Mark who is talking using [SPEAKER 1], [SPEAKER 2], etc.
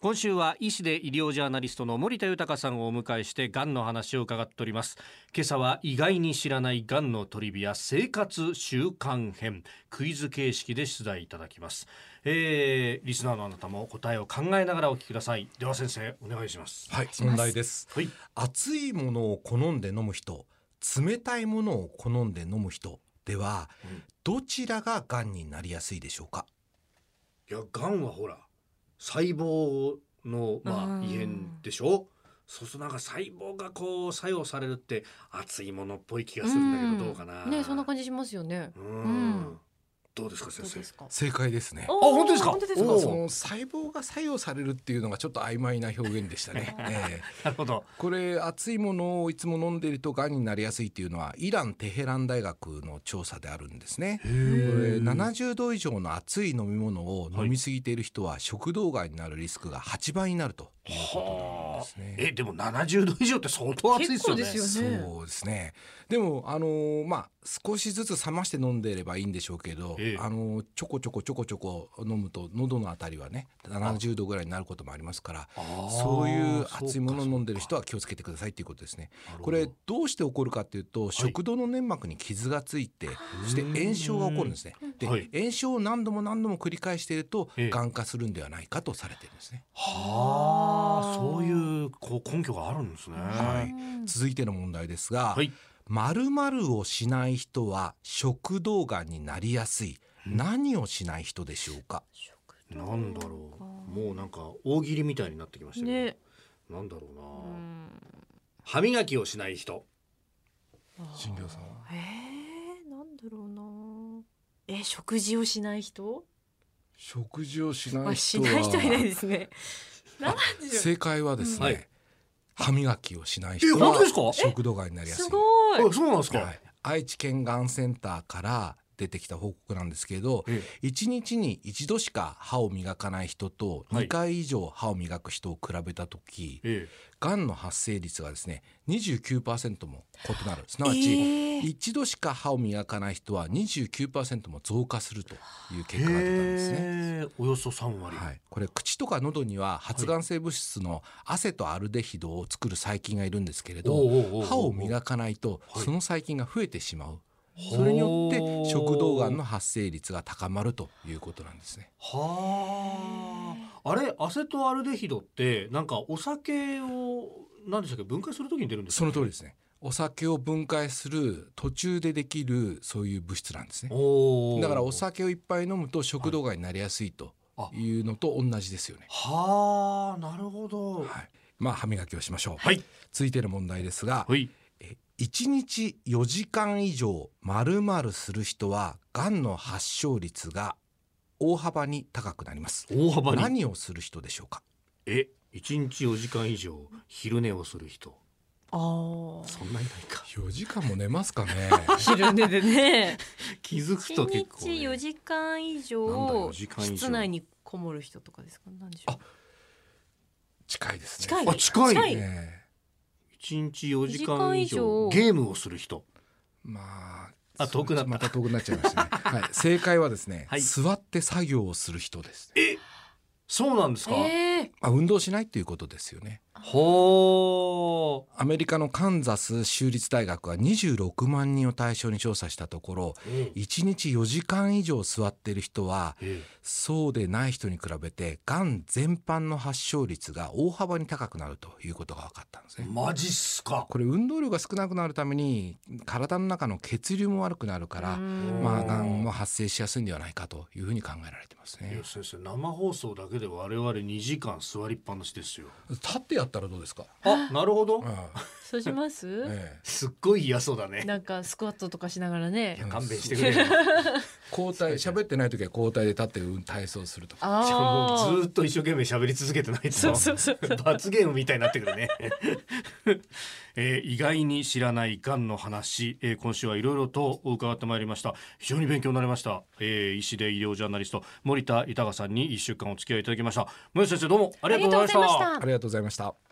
[SPEAKER 1] 今週は医師で医療ジャーナリストの森田豊さんをお迎えしてがんの話を伺っております今朝は意外に知らないがんのトリビア生活習慣編クイズ形式で出題いただきます、えー、リスナーのあなたも答えを考えながらお聞きくださいでは先生お願いします
[SPEAKER 2] はい、
[SPEAKER 3] ます
[SPEAKER 2] 問題です。
[SPEAKER 1] はい
[SPEAKER 2] 熱いものを好んで飲む人、冷たいものを好んで飲む人では、
[SPEAKER 1] うん
[SPEAKER 2] どちらが癌になりやすいでしょうか。
[SPEAKER 1] いやがんはほら細胞の、ま
[SPEAKER 3] う
[SPEAKER 1] あ、
[SPEAKER 3] ん
[SPEAKER 1] 異変でしょそうするとなんか細胞がこう作用されるって熱いものっぽい気がするんだけどどうかな、
[SPEAKER 3] ね、そんな感じしますよね。
[SPEAKER 1] うん、
[SPEAKER 3] うん
[SPEAKER 1] どうですか
[SPEAKER 3] ど
[SPEAKER 1] 先
[SPEAKER 3] う
[SPEAKER 1] 生
[SPEAKER 3] ですか。
[SPEAKER 2] 正解ですね
[SPEAKER 3] あ、
[SPEAKER 1] 本当ですか
[SPEAKER 3] 本当です
[SPEAKER 1] お
[SPEAKER 3] か。
[SPEAKER 1] ー
[SPEAKER 2] その細胞が作用されるっていうのがちょっと曖昧な表現でし たね。ええ
[SPEAKER 1] なるほど
[SPEAKER 2] これ熱いものをいつも飲んでいると癌になりやすいっていうのはイラン・テヘラン大学の調査であるんですね。これ70度以上の熱い飲み物を飲み過ぎている人は食道がんになるリスクが8倍になるということなん
[SPEAKER 1] は
[SPEAKER 2] で
[SPEAKER 1] あ
[SPEAKER 2] すね。
[SPEAKER 1] えでも70度以上って相当熱いですよね
[SPEAKER 3] 結構ですよね
[SPEAKER 2] そうですね。でもあのーまあ少しずつ冷まして飲んでいればいいんでしょうけど、
[SPEAKER 1] ええ
[SPEAKER 2] あのーちょこちょこちょこちょこ飲むと喉のあたりはね70度ぐらいになることもありますから。
[SPEAKER 1] あー
[SPEAKER 2] そういう熱いものを飲んでる人
[SPEAKER 1] は
[SPEAKER 2] は気をつけてくださいっていうことですね。こ
[SPEAKER 1] なる
[SPEAKER 2] れ
[SPEAKER 1] ほ
[SPEAKER 2] どうして起こるかっていうと、食道の粘膜に傷がついて、そして炎症が起こるんですね。で、
[SPEAKER 1] はい
[SPEAKER 2] 炎症を何度も何度も繰り返していると、
[SPEAKER 1] ええ
[SPEAKER 2] 癌化するんではないかとされてるんですね。
[SPEAKER 1] はあそういうこう根拠があるんですね
[SPEAKER 2] は。
[SPEAKER 1] はい
[SPEAKER 2] 続いての問題ですが、
[SPEAKER 1] はい
[SPEAKER 2] 〇〇をしない人は食道がんになりやすい。何をしない人でしょうか。
[SPEAKER 1] なんだろうもうなんか大喜利みたいになってきましたけど、
[SPEAKER 3] ね、
[SPEAKER 1] なんだろうな、
[SPEAKER 3] うん
[SPEAKER 1] 歯磨きをしない人
[SPEAKER 2] 新庄さんは
[SPEAKER 3] えー、なんだろうな。えー、食事をしない人？
[SPEAKER 2] 食事をし
[SPEAKER 3] まあ、しない人はいないですね。なんでしょう。
[SPEAKER 2] 正解はですね、
[SPEAKER 1] はい
[SPEAKER 2] 歯磨きをしない
[SPEAKER 1] え
[SPEAKER 2] 人
[SPEAKER 1] 本当で
[SPEAKER 2] は
[SPEAKER 1] すか
[SPEAKER 2] 食道がんになりやすい。
[SPEAKER 3] すごい。
[SPEAKER 1] あそうなんですか、
[SPEAKER 2] はい、愛知県がんセンターから出てきた報告なんですけど
[SPEAKER 1] え
[SPEAKER 2] 1日に1度しか歯を磨かない人と
[SPEAKER 1] はい
[SPEAKER 2] 2回以上歯を磨く人を比べた時、
[SPEAKER 1] え
[SPEAKER 2] がんの発生率がですね29%も異なるすなわ
[SPEAKER 3] え
[SPEAKER 2] ち
[SPEAKER 3] ー
[SPEAKER 2] 一度しか歯を磨かない人は29%も増加するという
[SPEAKER 1] え
[SPEAKER 2] 結果が出たんですね。
[SPEAKER 1] へえおよそ3割、
[SPEAKER 2] はい、これ口とか喉には発がん性物質の汗とアルデヒドを作る細菌がいるんですけれど、
[SPEAKER 1] おうおうおうおう
[SPEAKER 2] 歯を磨かないと
[SPEAKER 1] はい
[SPEAKER 2] その細菌が増えてしまう、それによって食道がんの発生率が高まるということなんですね
[SPEAKER 1] はああれアセトアルデヒドってなんかお酒を何でしたっけ分解するときに出るんです
[SPEAKER 2] そ
[SPEAKER 1] か
[SPEAKER 2] の通りですねお酒を分解する途中でできるそういう物質なんですね
[SPEAKER 1] おー
[SPEAKER 2] だからお酒をいっぱい飲むと食道がんになりやすいというのと同じですよね
[SPEAKER 1] はあなるほど
[SPEAKER 2] はい、まあ歯磨きをしましょう、
[SPEAKER 1] はい
[SPEAKER 2] 続いての問題ですが、
[SPEAKER 1] はい
[SPEAKER 2] え1日4時間以上丸々する人はがんの発症率が大幅に高くなります
[SPEAKER 1] 大幅に
[SPEAKER 2] 何をする人でしょうか
[SPEAKER 1] え一日4時間以上昼寝をする人
[SPEAKER 3] あー
[SPEAKER 1] そんないないか
[SPEAKER 2] 4時間も寝ますかね
[SPEAKER 3] 昼寝でね。
[SPEAKER 1] 気づく
[SPEAKER 3] 一
[SPEAKER 1] と結構、
[SPEAKER 3] 日
[SPEAKER 1] ね、
[SPEAKER 3] 四時間以
[SPEAKER 1] なんだよ
[SPEAKER 3] 上
[SPEAKER 1] 四時間以上
[SPEAKER 3] 室内にこもる人とかですか。なんでしょう。
[SPEAKER 2] 近いですね
[SPEAKER 3] 近い。
[SPEAKER 1] あ近い
[SPEAKER 3] 近い。
[SPEAKER 2] ええ
[SPEAKER 1] 一日4時間以上
[SPEAKER 3] 四時間以上
[SPEAKER 1] ゲームをする人
[SPEAKER 2] まあ
[SPEAKER 1] あ遠くなった
[SPEAKER 2] また遠くなっちゃいましたね、はい、正解はですね、
[SPEAKER 1] はい
[SPEAKER 2] 座って作業をする人です、ね、
[SPEAKER 1] そうなんですか、
[SPEAKER 3] ええ
[SPEAKER 2] まあ運動しないということですよね
[SPEAKER 1] ほ
[SPEAKER 2] アメリカのカンザス州立大学は26万人を対象に調査したところ
[SPEAKER 1] ー、うん
[SPEAKER 2] 1日4時間以上座っている人は
[SPEAKER 1] え
[SPEAKER 2] そうでない人に比べてがん全般の発症率が大幅に高くなるということが分かったんです
[SPEAKER 1] え
[SPEAKER 2] ね。
[SPEAKER 1] マジっすか
[SPEAKER 2] これ運動量が少なくなるために体の中の血流も悪くなるから、
[SPEAKER 3] うん
[SPEAKER 2] まあ、がんも発生しやすいんではないかというふうに考えられてます
[SPEAKER 1] い
[SPEAKER 2] ね
[SPEAKER 1] や。先生生放送だけで我々2時間座りっぱなしですよ
[SPEAKER 2] 立ってやったらどうですか、
[SPEAKER 1] あなるほど
[SPEAKER 3] そうします。
[SPEAKER 2] ええ
[SPEAKER 1] すっごい嫌そうだね
[SPEAKER 3] なんかスクワットとかしながら
[SPEAKER 1] い
[SPEAKER 3] ね
[SPEAKER 1] や。勘弁してくれ よ
[SPEAKER 2] 交代喋ってない時は交代で立ってうん体操するとか
[SPEAKER 1] しかも
[SPEAKER 3] あ
[SPEAKER 1] もうず
[SPEAKER 3] あ
[SPEAKER 1] ー。っと一生懸命喋り続けてないと
[SPEAKER 3] そうそうそう。
[SPEAKER 1] 罰ゲームみたいになってくるね、 えー意外に知らないがんの話、えー今週はいろいろと伺ってまいりました非常に勉強になりました、えー医師で医療ジャーナリスト森田豊さんに一週間お付き合いいただきました森田先生どうもありがとうございました
[SPEAKER 3] ありがとうございました
[SPEAKER 2] ありがとうございました。